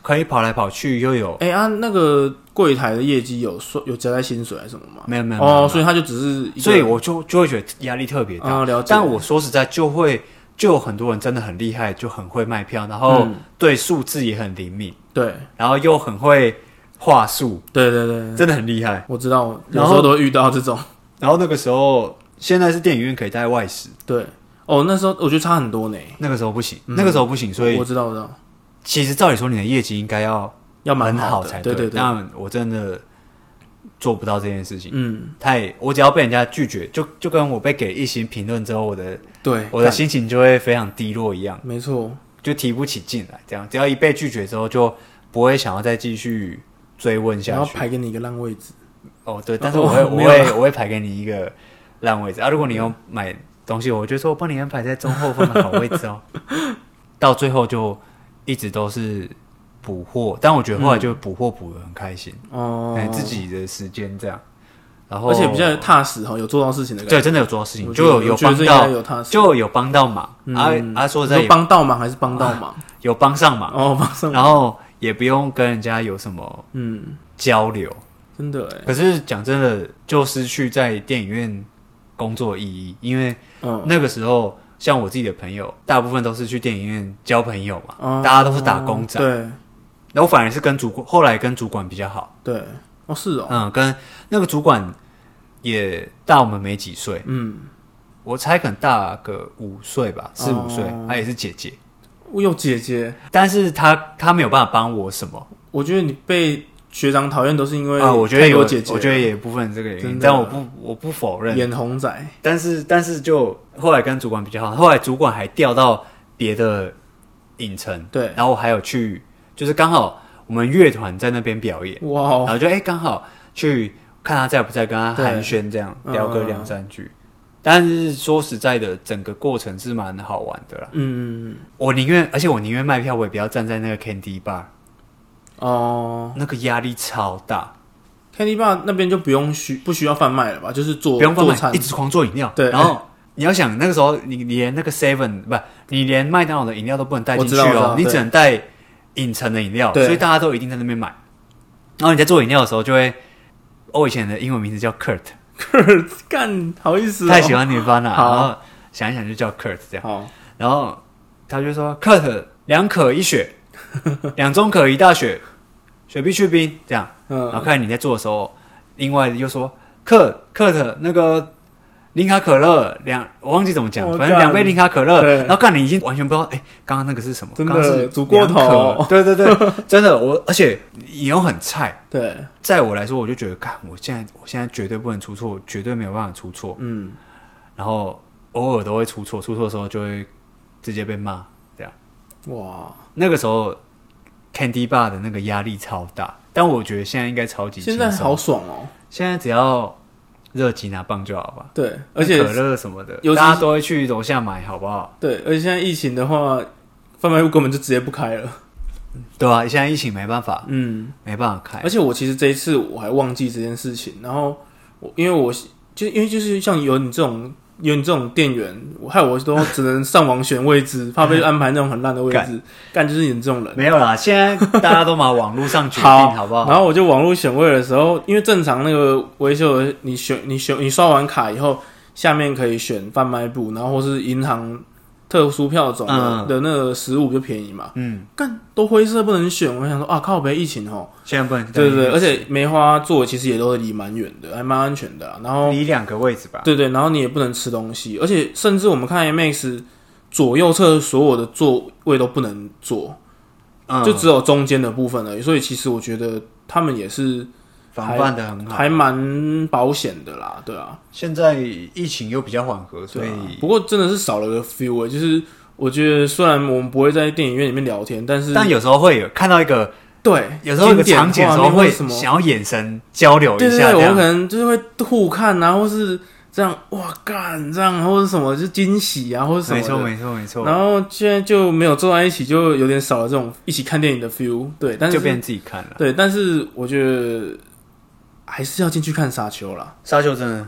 [SPEAKER 2] 可以跑来跑去，又有
[SPEAKER 1] 哎、啊，那个柜台的业绩有算有加在薪水还是什么吗？
[SPEAKER 2] 没有没有
[SPEAKER 1] 哦，
[SPEAKER 2] 所
[SPEAKER 1] 所以他就只是一
[SPEAKER 2] 以
[SPEAKER 1] 个
[SPEAKER 2] 所以我就就会觉得压力特别大。
[SPEAKER 1] 啊了解，
[SPEAKER 2] 但我说实在，就会就有很多人真的很厉害，就很会卖票，然后
[SPEAKER 1] 嗯
[SPEAKER 2] 对数字也很灵敏，
[SPEAKER 1] 对
[SPEAKER 2] 然后又很会话术，
[SPEAKER 1] 对对对，
[SPEAKER 2] 真的很厉害。
[SPEAKER 1] 我知道，有
[SPEAKER 2] 哎然
[SPEAKER 1] 时
[SPEAKER 2] 后
[SPEAKER 1] 候都会遇到这种。
[SPEAKER 2] 然后那个时候，现在是电影院可以带外食，
[SPEAKER 1] 对，哦，那时候我觉得差很多呢。
[SPEAKER 2] 那个时候不行，
[SPEAKER 1] 嗯
[SPEAKER 2] 那个时候不行，所以
[SPEAKER 1] 我知道，我知道，
[SPEAKER 2] 其实照理说你的业绩应该要
[SPEAKER 1] 要蛮
[SPEAKER 2] 很
[SPEAKER 1] 好的
[SPEAKER 2] 才
[SPEAKER 1] 对对对，
[SPEAKER 2] 但我真的做不到这件事情，
[SPEAKER 1] 嗯，
[SPEAKER 2] 太我只要被人家拒绝，就就跟我被给一星评论之后，我的
[SPEAKER 1] 对，
[SPEAKER 2] 我的
[SPEAKER 1] 看
[SPEAKER 2] 心情就会非常低落一样，
[SPEAKER 1] 没错，
[SPEAKER 2] 就提不起劲来。这样只要一被拒绝之后，就不会想要再继续追问
[SPEAKER 1] 然
[SPEAKER 2] 下
[SPEAKER 1] 后
[SPEAKER 2] 去。
[SPEAKER 1] 排给你一个烂位置。
[SPEAKER 2] 哦，对，但是我会、
[SPEAKER 1] 哦
[SPEAKER 2] 我
[SPEAKER 1] 没有
[SPEAKER 2] 会我会排给你一个烂位置啊。如果你要买东西，我就说我帮你安排在中后方的好 位置哦。到最后就一直都是补货，但我觉得后来就补货补的很开心，
[SPEAKER 1] 嗯哦
[SPEAKER 2] 哎、，自己的时间这样，然后
[SPEAKER 1] 而且比较踏实哈，有做到事情的感觉。
[SPEAKER 2] 对，真的有做到事情，
[SPEAKER 1] 我
[SPEAKER 2] 就
[SPEAKER 1] 觉得
[SPEAKER 2] 有有
[SPEAKER 1] 我觉得这
[SPEAKER 2] 帮
[SPEAKER 1] 应该嗯
[SPEAKER 2] 到，
[SPEAKER 1] 有踏实。
[SPEAKER 2] 就有帮到忙、啊啊！说实在啊
[SPEAKER 1] 你
[SPEAKER 2] 有
[SPEAKER 1] 帮倒忙还是帮倒 忙？
[SPEAKER 2] 有帮上忙，
[SPEAKER 1] 哦，帮上，
[SPEAKER 2] 然后也不用跟人家有什么
[SPEAKER 1] 嗯，
[SPEAKER 2] 交流。
[SPEAKER 1] 真的哎，
[SPEAKER 2] 可是讲真的，就失去在电影院工作的意义，因为
[SPEAKER 1] 嗯，
[SPEAKER 2] 那个时候，像我自己的朋友，大部分都是去电影院交朋友嘛，
[SPEAKER 1] 哦
[SPEAKER 2] 大家都是打工仔。
[SPEAKER 1] 对
[SPEAKER 2] 然后反而是跟主管，后来跟主管比较好，
[SPEAKER 1] 对，哦是哦，
[SPEAKER 2] 嗯，跟那个主管也大我们没几岁，
[SPEAKER 1] 嗯，
[SPEAKER 2] 我猜可能大个五岁吧，四
[SPEAKER 1] 哦
[SPEAKER 2] 五岁，她也是姐姐，
[SPEAKER 1] 我有姐姐，
[SPEAKER 2] 但是她她没有办法帮我什么
[SPEAKER 1] 我觉得你被学长讨厌都是因为
[SPEAKER 2] 啊，我觉得
[SPEAKER 1] 太多
[SPEAKER 2] 有
[SPEAKER 1] 姐姐，
[SPEAKER 2] 我觉得也有部分这个原因
[SPEAKER 1] 真，的
[SPEAKER 2] 但我不我不否认，
[SPEAKER 1] 眼红仔，
[SPEAKER 2] 但是但是就后来跟主管比较好，后来主管还调到别的影城，
[SPEAKER 1] 对
[SPEAKER 2] 然后我还有去，就是刚好我们乐团在那边表演，
[SPEAKER 1] 哇
[SPEAKER 2] 然
[SPEAKER 1] 哦，
[SPEAKER 2] 后就哎刚、好去看他在不在，跟他寒暄这样
[SPEAKER 1] 对
[SPEAKER 2] 聊个
[SPEAKER 1] 嗯
[SPEAKER 2] 两三句。但是说实在的，整个过程是蛮好玩的啦。
[SPEAKER 1] 嗯，
[SPEAKER 2] 我宁愿，而且我宁愿卖票，我也不要站在那个 candy bar，
[SPEAKER 1] 哦
[SPEAKER 2] 那个压力超大，
[SPEAKER 1] ，Candy Bar 那边就不用需不需要贩卖了吧？就是做
[SPEAKER 2] 不用放
[SPEAKER 1] 做
[SPEAKER 2] 慢，
[SPEAKER 1] 餐
[SPEAKER 2] 一，直狂做饮料。
[SPEAKER 1] 对
[SPEAKER 2] 然后你要想那个时候，你你连那个 seven 不，你连麦当劳的饮料都不能带进
[SPEAKER 1] 我知
[SPEAKER 2] 去
[SPEAKER 1] 道
[SPEAKER 2] 哦
[SPEAKER 1] 我，知道
[SPEAKER 2] 你只能带影城的饮料，
[SPEAKER 1] 对
[SPEAKER 2] 所以大家都一定在那边买。然后你在做饮料的时候，就会，哦我以前的英文名字叫 Kurt，
[SPEAKER 1] 干好意思哦，
[SPEAKER 2] 太喜欢 Nirvana，然
[SPEAKER 1] 好
[SPEAKER 2] 后想一想就叫 Kurt 这样，
[SPEAKER 1] 好，
[SPEAKER 2] 然后他就说 Kurt 两可一雪，两中可一大雪，雪碧去冰这样，然后
[SPEAKER 1] 嗯，
[SPEAKER 2] 看你在做的时候，另外又说 Kurt Kurt 那个零卡可乐两，我忘记怎么讲，
[SPEAKER 1] 我
[SPEAKER 2] 反正两杯
[SPEAKER 1] 哦干
[SPEAKER 2] 零卡可乐，
[SPEAKER 1] 对
[SPEAKER 2] 然后看你已经完全不知道，哎，刚刚那个是什么？
[SPEAKER 1] 真的
[SPEAKER 2] 刚刚是
[SPEAKER 1] 煮过头
[SPEAKER 2] 两可，对对对，真的我，而且你又很菜。
[SPEAKER 1] 对，
[SPEAKER 2] 在我来说，我就觉得，看我现在，我现在绝对不能出错，绝对没有办法出错。
[SPEAKER 1] 嗯，
[SPEAKER 2] 然后偶尔都会出错，出错的时候就会直接被骂。这样，
[SPEAKER 1] 哇，
[SPEAKER 2] 那个时候 Candy Bar 的那个压力超大，但我觉得现在应该超级
[SPEAKER 1] 现在
[SPEAKER 2] 轻松
[SPEAKER 1] 好爽哦，
[SPEAKER 2] 现在只要热吉拿棒就好吧，
[SPEAKER 1] 对，而且
[SPEAKER 2] 可乐什么的
[SPEAKER 1] 尤，其是
[SPEAKER 2] 大家都会去楼下买，好不好？
[SPEAKER 1] 对，而且现在疫情的话，贩卖部根本就直接不开了。
[SPEAKER 2] 对啊，现在疫情没办法，
[SPEAKER 1] 嗯，
[SPEAKER 2] 没办法开
[SPEAKER 1] 而。且我其实这一次我还忘记这件事情，然后我因为我就因为就是像有你这种有你这种店员，我害我都只能上网选位置，怕 被安排那种很烂的位置。干就是你这种人。
[SPEAKER 2] 没有啦，现在大家都嘛网络上决 定，
[SPEAKER 1] 好
[SPEAKER 2] 好不好？
[SPEAKER 1] 然后我就网络选位的时候，因为正常那个维修的，你选你选你刷完卡以后，下面可以选贩卖部，然后或是银行特殊票种的,、
[SPEAKER 2] 嗯
[SPEAKER 1] 的那个食物就便宜嘛。
[SPEAKER 2] 嗯，
[SPEAKER 1] 干都灰色不能选，我想说啊靠北疫情哦，
[SPEAKER 2] 现在不能
[SPEAKER 1] 对对对，而且梅花座其实也都离蛮远的，还蛮安全的啦。啊然后
[SPEAKER 2] 离两个位置吧。
[SPEAKER 1] 对啊对，然后你也不能吃东西，而且甚至我们看 IMAX 左右侧所有的座位都不能坐，
[SPEAKER 2] 嗯，
[SPEAKER 1] 就只有中间的部分而已。所以其实我觉得他们也是
[SPEAKER 2] 防范的很好。啊
[SPEAKER 1] 还蛮保险的啦，对啊，
[SPEAKER 2] 现在疫情又比较缓和，所
[SPEAKER 1] 对啊。
[SPEAKER 2] 以
[SPEAKER 1] 不过真的是少了个 feel，、欸、就是我觉得虽然我们不会在电影院里面聊天，但是
[SPEAKER 2] 但有时候会有看到一个，
[SPEAKER 1] 对，
[SPEAKER 2] 有时候有个
[SPEAKER 1] 经典
[SPEAKER 2] 场景的时
[SPEAKER 1] 画
[SPEAKER 2] 候
[SPEAKER 1] 面或
[SPEAKER 2] 会
[SPEAKER 1] 者什么
[SPEAKER 2] 想要眼神交流
[SPEAKER 1] 对
[SPEAKER 2] 一
[SPEAKER 1] 对对，
[SPEAKER 2] 下，这
[SPEAKER 1] 我
[SPEAKER 2] 样
[SPEAKER 1] 可能就是会互看啊，或是这样哇干这样，或者什么就惊喜啊，或者什么
[SPEAKER 2] 没
[SPEAKER 1] 的
[SPEAKER 2] 错没错没错，
[SPEAKER 1] 然后现在就没有坐在一起，就有点少了这种一起看电影的 feel。对，但
[SPEAKER 2] 就是变自己看了。
[SPEAKER 1] 对，但是我觉得还是要进去看沙丘啦。
[SPEAKER 2] 沙丘真的，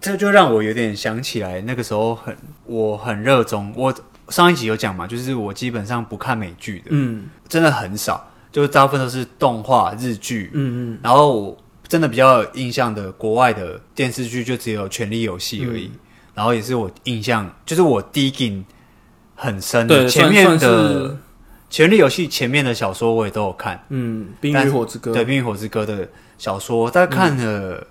[SPEAKER 2] 这就让我有点想起来那个时候很我很热衷，我上一集有讲嘛，就是我基本上不看美剧的，
[SPEAKER 1] 嗯
[SPEAKER 2] 真的很少，就是大部分都是动画、日剧，
[SPEAKER 1] 嗯嗯，
[SPEAKER 2] 然后我真的比较有印象的国外的电视剧就只有《权力游戏》而已，
[SPEAKER 1] 嗯
[SPEAKER 2] 然后也是我印象，就是我第一印很深的
[SPEAKER 1] 对，
[SPEAKER 2] 嗯前面
[SPEAKER 1] 算算
[SPEAKER 2] 的
[SPEAKER 1] 是
[SPEAKER 2] 《权力游戏》前面的小说我也都有看，
[SPEAKER 1] 嗯《冰
[SPEAKER 2] 但
[SPEAKER 1] 与
[SPEAKER 2] 是
[SPEAKER 1] 火之歌》
[SPEAKER 2] 对《冰与火之歌》的小说，大概看了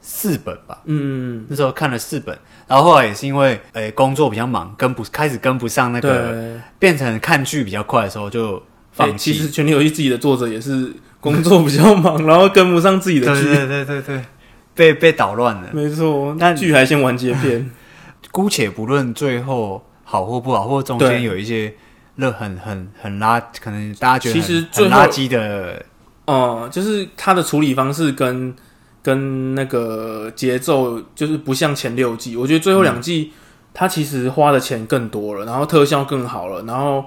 [SPEAKER 2] 四本吧。
[SPEAKER 1] 嗯，嗯
[SPEAKER 2] 那时候看了四本，然后后来也是因为诶、工作比较忙，跟不开始跟不上那
[SPEAKER 1] 嗯，
[SPEAKER 2] 个，
[SPEAKER 1] 对。
[SPEAKER 2] 变成看剧比较快的时候就
[SPEAKER 1] 哎
[SPEAKER 2] 放弃。
[SPEAKER 1] 其实《权力游戏》自己的作者也是工作比较忙， 然后跟不上自己
[SPEAKER 2] 对
[SPEAKER 1] 的剧，
[SPEAKER 2] 对对对对，被被捣乱了。
[SPEAKER 1] 没错。
[SPEAKER 2] 但
[SPEAKER 1] 剧还先完结篇，
[SPEAKER 2] 姑且不论最后好或不好，或中间
[SPEAKER 1] 对
[SPEAKER 2] 有一些乐很很很垃，可能大家觉得
[SPEAKER 1] 其实
[SPEAKER 2] 很
[SPEAKER 1] 最
[SPEAKER 2] 很
[SPEAKER 1] 后
[SPEAKER 2] 垃圾的，
[SPEAKER 1] 哦、就是它的处理方式跟跟那个节奏，就是不像前六季。我觉得最后两季、它其实花的钱更多了，然后特效更好了，然后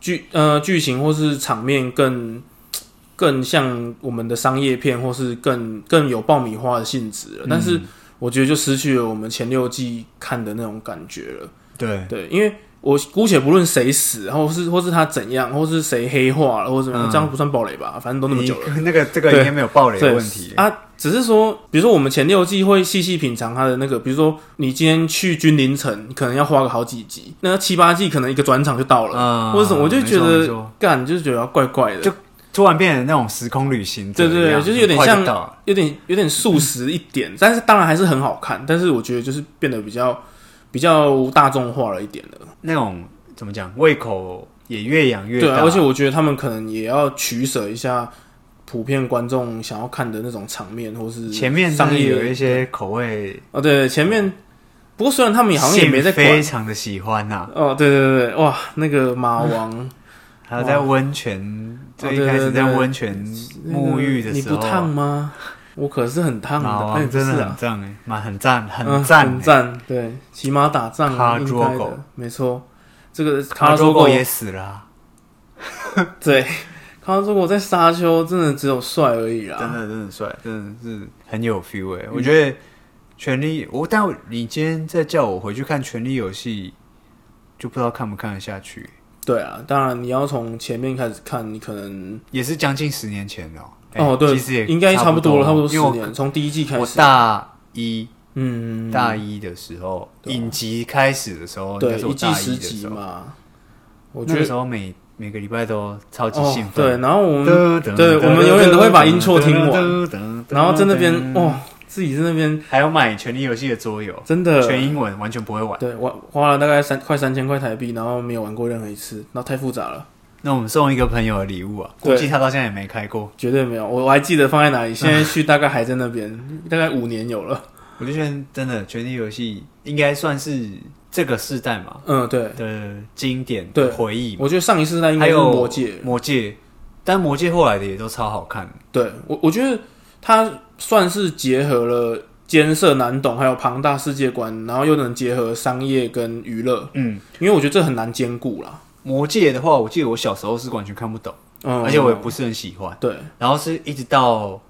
[SPEAKER 1] 剧呃剧情或是场面更更像我们的商业片，或是更更有爆米花的性质了。但是我觉得就失去了我们前六季看的那种感觉了。
[SPEAKER 2] 对，
[SPEAKER 1] 对，因为我姑且不论谁死，或是或是他怎样，或是谁黑化了，或者怎么样，
[SPEAKER 2] 嗯
[SPEAKER 1] 这样不算暴雷吧？反正都那么久了。
[SPEAKER 2] 你 那个这个
[SPEAKER 1] 对
[SPEAKER 2] 应该没有暴雷
[SPEAKER 1] 对
[SPEAKER 2] 的问题。
[SPEAKER 1] 啊，只是说，比如说我们前六季会细细品尝它的那个，比如说你今天去君临城，可能要花个好几集，那七八季可能一个转场就到了，
[SPEAKER 2] 嗯
[SPEAKER 1] 或者什么，我就觉
[SPEAKER 2] 没错没
[SPEAKER 1] 得
[SPEAKER 2] 错
[SPEAKER 1] 干，就是觉得怪怪的，
[SPEAKER 2] 就突然变成那种时空旅行者
[SPEAKER 1] 对对
[SPEAKER 2] 一
[SPEAKER 1] 对
[SPEAKER 2] 样，
[SPEAKER 1] 就是有点
[SPEAKER 2] 很快
[SPEAKER 1] 像
[SPEAKER 2] 到了
[SPEAKER 1] 有点有点速食一点，但是当然还是很好看，但是我觉得就是变得比较比较大众化了一点了，
[SPEAKER 2] 那种怎么讲，胃口也越养越
[SPEAKER 1] 对啊、
[SPEAKER 2] 大，
[SPEAKER 1] 而且我觉得他们可能也要取舍一下。普遍观众想要看的那种场面，或是
[SPEAKER 2] 前面真
[SPEAKER 1] 商
[SPEAKER 2] 的
[SPEAKER 1] 业
[SPEAKER 2] 有一些口味，
[SPEAKER 1] 哦，对，前面不过虽然他们好像也没在管，
[SPEAKER 2] 非常的喜欢啊呐、
[SPEAKER 1] 哦，对对对，哇，那个马王
[SPEAKER 2] 还有在温泉，最
[SPEAKER 1] 对
[SPEAKER 2] 一开
[SPEAKER 1] 对对
[SPEAKER 2] 始在温泉 沐浴的
[SPEAKER 1] 你
[SPEAKER 2] 时候，
[SPEAKER 1] 不烫吗？我可是很烫的，
[SPEAKER 2] 马
[SPEAKER 1] 哎
[SPEAKER 2] 王
[SPEAKER 1] 不
[SPEAKER 2] 真
[SPEAKER 1] 是
[SPEAKER 2] 的
[SPEAKER 1] 啊
[SPEAKER 2] 很赞哎，蛮很赞，很
[SPEAKER 1] 嗯
[SPEAKER 2] 赞欸哎
[SPEAKER 1] 很赞，对，骑马打仗啊
[SPEAKER 2] 卡
[SPEAKER 1] 应
[SPEAKER 2] 卓
[SPEAKER 1] 该
[SPEAKER 2] 狗
[SPEAKER 1] 的，没错，这个
[SPEAKER 2] 卡拉
[SPEAKER 1] 拉卓
[SPEAKER 2] 多狗
[SPEAKER 1] 狗
[SPEAKER 2] 也死了啊，
[SPEAKER 1] 对，卡拉卓狗在沙丘真的只有帅而已
[SPEAKER 2] 真
[SPEAKER 1] 啦，
[SPEAKER 2] 的真的帅，真的是很有 feel
[SPEAKER 1] 嗯
[SPEAKER 2] 哎。我觉得《权力》，我但你今天再叫我回去看《权力游戏》，就不知道看不看得下去。
[SPEAKER 1] 对啊，当然你要从前面开始看，你可能
[SPEAKER 2] 也是将近十年前了哎
[SPEAKER 1] 哦，对
[SPEAKER 2] 其实也，
[SPEAKER 1] 应该
[SPEAKER 2] 差
[SPEAKER 1] 差不多了，差不多
[SPEAKER 2] 因
[SPEAKER 1] 十
[SPEAKER 2] 为我
[SPEAKER 1] 年，从第一季开
[SPEAKER 2] 我
[SPEAKER 1] 始，
[SPEAKER 2] 大一
[SPEAKER 1] 嗯，
[SPEAKER 2] 大一的时候，
[SPEAKER 1] 对啊
[SPEAKER 2] 影集开始的时候，哦应该
[SPEAKER 1] 对，
[SPEAKER 2] 是
[SPEAKER 1] 一
[SPEAKER 2] 我
[SPEAKER 1] 季
[SPEAKER 2] 大
[SPEAKER 1] 十
[SPEAKER 2] 一的
[SPEAKER 1] 集
[SPEAKER 2] 时候。
[SPEAKER 1] 嘛，我觉
[SPEAKER 2] 那
[SPEAKER 1] 得
[SPEAKER 2] 个时候每每个礼拜都超级
[SPEAKER 1] 哦
[SPEAKER 2] 兴奋。
[SPEAKER 1] 对，然后我们
[SPEAKER 2] 噔
[SPEAKER 1] 对
[SPEAKER 2] 噔
[SPEAKER 1] 我们永远都会把音错听完
[SPEAKER 2] 噔噔噔
[SPEAKER 1] 然后在那边
[SPEAKER 2] 噔
[SPEAKER 1] 哦，自己在那边
[SPEAKER 2] 还有买《权力游戏》的桌游，
[SPEAKER 1] 真的
[SPEAKER 2] 全英文，完全不会玩。
[SPEAKER 1] 对，我花了大概三快三千块台币，然后没有玩过任何一次，然后太复杂了，
[SPEAKER 2] 那我们送一个朋友的礼物啊，
[SPEAKER 1] 对
[SPEAKER 2] 估计他到现在也没开过。
[SPEAKER 1] 绝对没有。我我还记得放在哪里，现在去大概还在那边，大概五年有 了。
[SPEAKER 2] 我就觉得真的《权力游戏》应该算是这个世代嘛
[SPEAKER 1] 嗯，对，
[SPEAKER 2] 的经典
[SPEAKER 1] 对
[SPEAKER 2] 回忆嘛，
[SPEAKER 1] 我觉得上一世代应该
[SPEAKER 2] 还
[SPEAKER 1] 是
[SPEAKER 2] 有
[SPEAKER 1] 魔戒，
[SPEAKER 2] 魔戒，但魔戒后来的也都超好看。
[SPEAKER 1] 对我我觉得它算是结合了艰涩难懂，还有庞大世界观，然后又能结合商业跟娱乐，
[SPEAKER 2] 嗯，
[SPEAKER 1] 因为我觉得这很难兼顾啦。
[SPEAKER 2] 魔戒的话，我记得我小时候是完全看不懂，
[SPEAKER 1] 嗯，
[SPEAKER 2] 而且我也不是很喜欢。
[SPEAKER 1] 对
[SPEAKER 2] 然后是一直到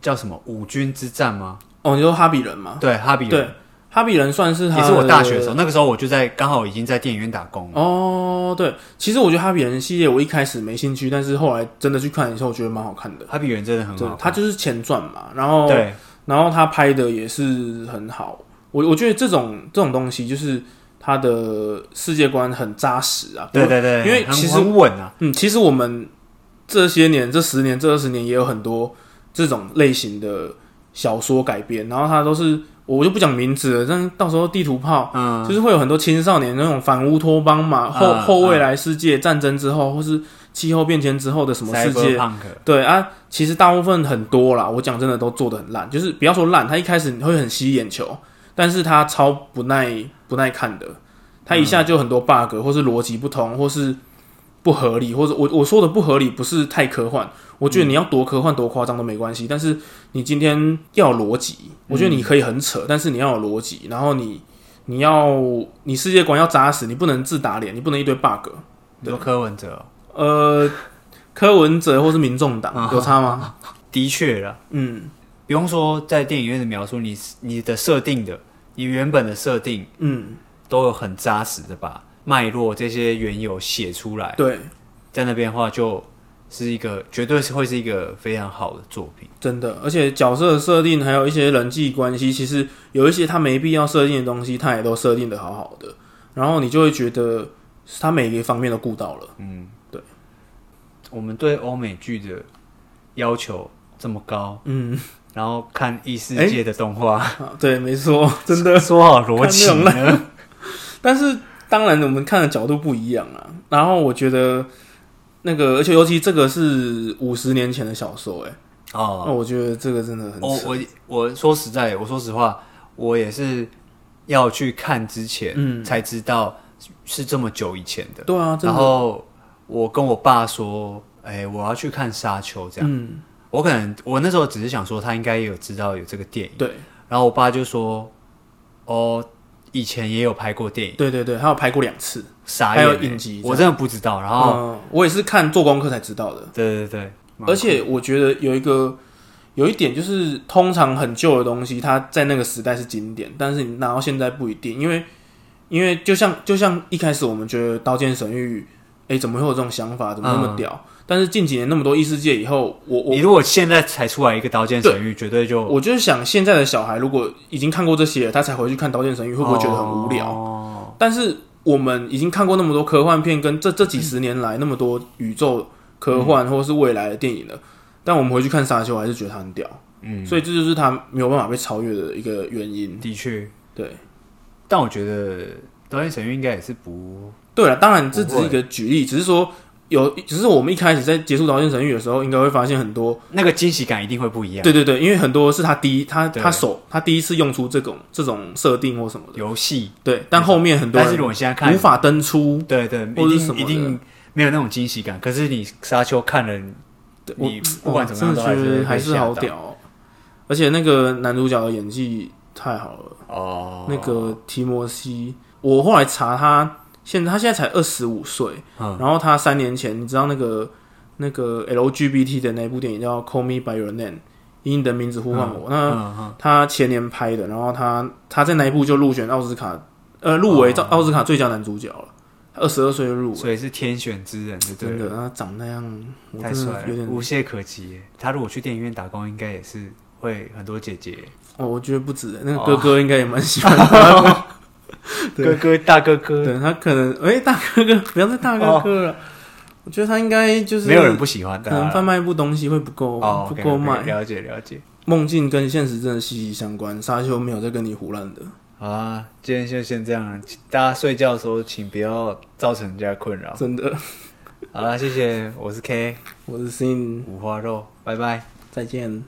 [SPEAKER 2] 叫什么五军之战吗？
[SPEAKER 1] 哦，你说哈比人嘛？
[SPEAKER 2] 对，哈比人
[SPEAKER 1] 对，哈比人算是他
[SPEAKER 2] 也是我大学的时
[SPEAKER 1] 候
[SPEAKER 2] 候，那个时候我就在刚好已经在电影院打工了。
[SPEAKER 1] 哦，对，其实我觉得哈比人系列我一开始没兴趣，但是后来真的去看以后，我觉得蛮好看的。
[SPEAKER 2] 哈比人真的很
[SPEAKER 1] 对哦
[SPEAKER 2] 好，，
[SPEAKER 1] 他就是前传嘛，然后
[SPEAKER 2] 对
[SPEAKER 1] 然后他拍的也是很好。我我觉得这种这种东西就是他的世界观很扎实啊。
[SPEAKER 2] 对对对，
[SPEAKER 1] 因为
[SPEAKER 2] 很
[SPEAKER 1] 其实
[SPEAKER 2] 很稳啊，
[SPEAKER 1] 嗯，其实我们这些年、这十年、这二十年也有很多这种类型的小说改编，然后它都是我就不讲名字了，但到时候地图炮。
[SPEAKER 2] 嗯，
[SPEAKER 1] 就是会有很多青少年那种反乌托邦嘛，后
[SPEAKER 2] 嗯
[SPEAKER 1] 后未来世界战争之后，或是气候变迁之后的什么世界，
[SPEAKER 2] Cyberpunk？
[SPEAKER 1] 对啊，其实大部分很多啦，我讲真的都做的很烂，就是不要说烂，它一开始你会很吸眼球，但是它超不耐不耐看的，它一下就很多 bug，、或是逻辑不通，或是不合理，或者我我说的不合理不是太科幻，我觉得你要多科幻多夸张都没关系，但是你今天要有逻辑，我觉得你可以很扯，但是你要有逻辑，然后你你要你世界观要扎实，你不能自打脸，你不能一堆 bug，
[SPEAKER 2] 你说柯文哲哦，
[SPEAKER 1] 呃，柯文哲或是民众党有差吗？
[SPEAKER 2] 的确啦，
[SPEAKER 1] 嗯。
[SPEAKER 2] 不用说在电影院的描述，你你的设定的，你原本的设定
[SPEAKER 1] 嗯，
[SPEAKER 2] 都有很扎实的把脉络这些缘由写出来，
[SPEAKER 1] 对，
[SPEAKER 2] 在那边的话就是一个绝对是会是一个非常好的作品。
[SPEAKER 1] 真的，而且角色的设定还有一些人际关系，其实有一些他没必要设定的东西，他也都设定的好好的，然后你就会觉得他每一个方面都顾到 了。
[SPEAKER 2] 我们对欧美剧的要求这么高，
[SPEAKER 1] 嗯，
[SPEAKER 2] 然后看异世界的动画，
[SPEAKER 1] 啊对，没错，真的。
[SPEAKER 2] 说好逻辑
[SPEAKER 1] 看
[SPEAKER 2] 呢？
[SPEAKER 1] 但是当然，我们看的角度不一样啊。然后我觉得那个，而且尤其这个是五十年前的小说、欸，哎、
[SPEAKER 2] 哦，
[SPEAKER 1] 那我觉得这个真的很
[SPEAKER 2] 我
[SPEAKER 1] 扯。
[SPEAKER 2] 我我说实在，我说实话，我也是要去看之前，
[SPEAKER 1] 嗯
[SPEAKER 2] 才知道是这么久以前的。
[SPEAKER 1] 对啊，真的，
[SPEAKER 2] 然后我跟我爸说，哎、我要去看《沙丘》这样。
[SPEAKER 1] 嗯，
[SPEAKER 2] 我可能我那时候只是想说，他应该也有知道有这个电影。
[SPEAKER 1] 对，
[SPEAKER 2] 然后我爸就说，哦，以前也有拍过电影，
[SPEAKER 1] 对对对，还有拍过两次。
[SPEAKER 2] 傻
[SPEAKER 1] 还
[SPEAKER 2] 眼、
[SPEAKER 1] 有
[SPEAKER 2] 欸
[SPEAKER 1] 影集这样
[SPEAKER 2] 我真的不知哦道。然后，
[SPEAKER 1] 嗯，我也是看做功课才知道的。
[SPEAKER 2] 对对对，
[SPEAKER 1] 而且我觉得有一个有一点就是，通常很旧的东西，它在那个时代是经典，但是你拿到现在不一定，因为因为就像就像一开始我们觉得《刀剑神域》，哎、怎么会有这种想法？怎么那么屌？但是近几年那么多异世界以后，我我
[SPEAKER 2] 你如果现在才出来一个《刀剑神域》，绝对就
[SPEAKER 1] 我就是想，现在的小孩如果已经看过这些，他才回去看《刀剑神域》，会不会觉得很无聊？
[SPEAKER 2] 哦
[SPEAKER 1] 但是我们已经看过那么多科幻片，跟这这几十年来那么多宇宙科
[SPEAKER 2] 嗯
[SPEAKER 1] 幻或是未来的电影了，但我们回去看《沙丘》，还是觉得它很屌。
[SPEAKER 2] 嗯，
[SPEAKER 1] 所以这就是他没有办法被超越的一个原因。
[SPEAKER 2] 的确。
[SPEAKER 1] 对，
[SPEAKER 2] 但我觉得导演神域应该也是不
[SPEAKER 1] 对了，当然这
[SPEAKER 2] 不
[SPEAKER 1] 只
[SPEAKER 2] 会
[SPEAKER 1] 是一个举例，只是说有，只是我们一开始在接触《导演神域》的时候，应该会发现很多，
[SPEAKER 2] 那个惊喜感一定会不一样。
[SPEAKER 1] 对对对，因为很多是他第一，他
[SPEAKER 2] 对
[SPEAKER 1] 他手他第一次用出这种这种设定或什么的，
[SPEAKER 2] 游戏，
[SPEAKER 1] 对，但后面很多
[SPEAKER 2] 但是如
[SPEAKER 1] 人
[SPEAKER 2] 果你现在看
[SPEAKER 1] 无，法登出。
[SPEAKER 2] 对对，
[SPEAKER 1] 或者
[SPEAKER 2] 一
[SPEAKER 1] 是什么
[SPEAKER 2] 定
[SPEAKER 1] 的
[SPEAKER 2] 一定没有那种惊喜感。可是你沙丘看了，
[SPEAKER 1] 对我
[SPEAKER 2] 你不管怎么样
[SPEAKER 1] 哇
[SPEAKER 2] 都
[SPEAKER 1] 嗯真的觉
[SPEAKER 2] 是
[SPEAKER 1] 得还
[SPEAKER 2] 还
[SPEAKER 1] 是好屌哦、而且那个男主角的演技太好了。
[SPEAKER 2] 哦。
[SPEAKER 1] 那个提摩西，我后来查他，现在他现在才二十五岁，
[SPEAKER 2] 嗯
[SPEAKER 1] 然后他三年前，你知道那个那个 LGBT 的那部电影叫《Call Me by Your Name》，以你的名字呼唤我，那
[SPEAKER 2] 嗯嗯
[SPEAKER 1] 他前年拍的，然后他他在那一部就入选奥斯卡，呃，入
[SPEAKER 2] 哦
[SPEAKER 1] 围到奥斯卡最佳男主角了，二十二岁就入围，
[SPEAKER 2] 所以是天选之人，对不
[SPEAKER 1] 真
[SPEAKER 2] 哎对？
[SPEAKER 1] 的，他长那样，我
[SPEAKER 2] 太
[SPEAKER 1] 真
[SPEAKER 2] 帅
[SPEAKER 1] 的有
[SPEAKER 2] 了，
[SPEAKER 1] 点，
[SPEAKER 2] 无懈可击耶。他如果去电影院打工，应该也是会很多姐姐、
[SPEAKER 1] 哦，我觉得不止，那
[SPEAKER 2] 哦
[SPEAKER 1] 个哥哥应该也蛮喜欢他的， 对
[SPEAKER 2] 哥哥、大哥哥，哦
[SPEAKER 1] 对他可能，哎、大哥哥，不要再大哥哥了。我觉得他应该就是
[SPEAKER 2] 没有人不喜欢
[SPEAKER 1] 可
[SPEAKER 2] 的
[SPEAKER 1] 能
[SPEAKER 2] 啊。
[SPEAKER 1] 贩卖部东西会不够、
[SPEAKER 2] 哦，
[SPEAKER 1] 不
[SPEAKER 2] OK，OK，
[SPEAKER 1] 够卖。
[SPEAKER 2] 了解了解。
[SPEAKER 1] 梦境跟现实真的息息相关，沙丘没有在跟你胡乱的。
[SPEAKER 2] 好啊，今天就先这样了。大家睡觉的时候，请不要造成人家困扰。啊
[SPEAKER 1] 真的，
[SPEAKER 2] 好啦，谢谢，我是 K
[SPEAKER 1] 我是 Sin，
[SPEAKER 2] 五花肉，拜拜。
[SPEAKER 1] 再见。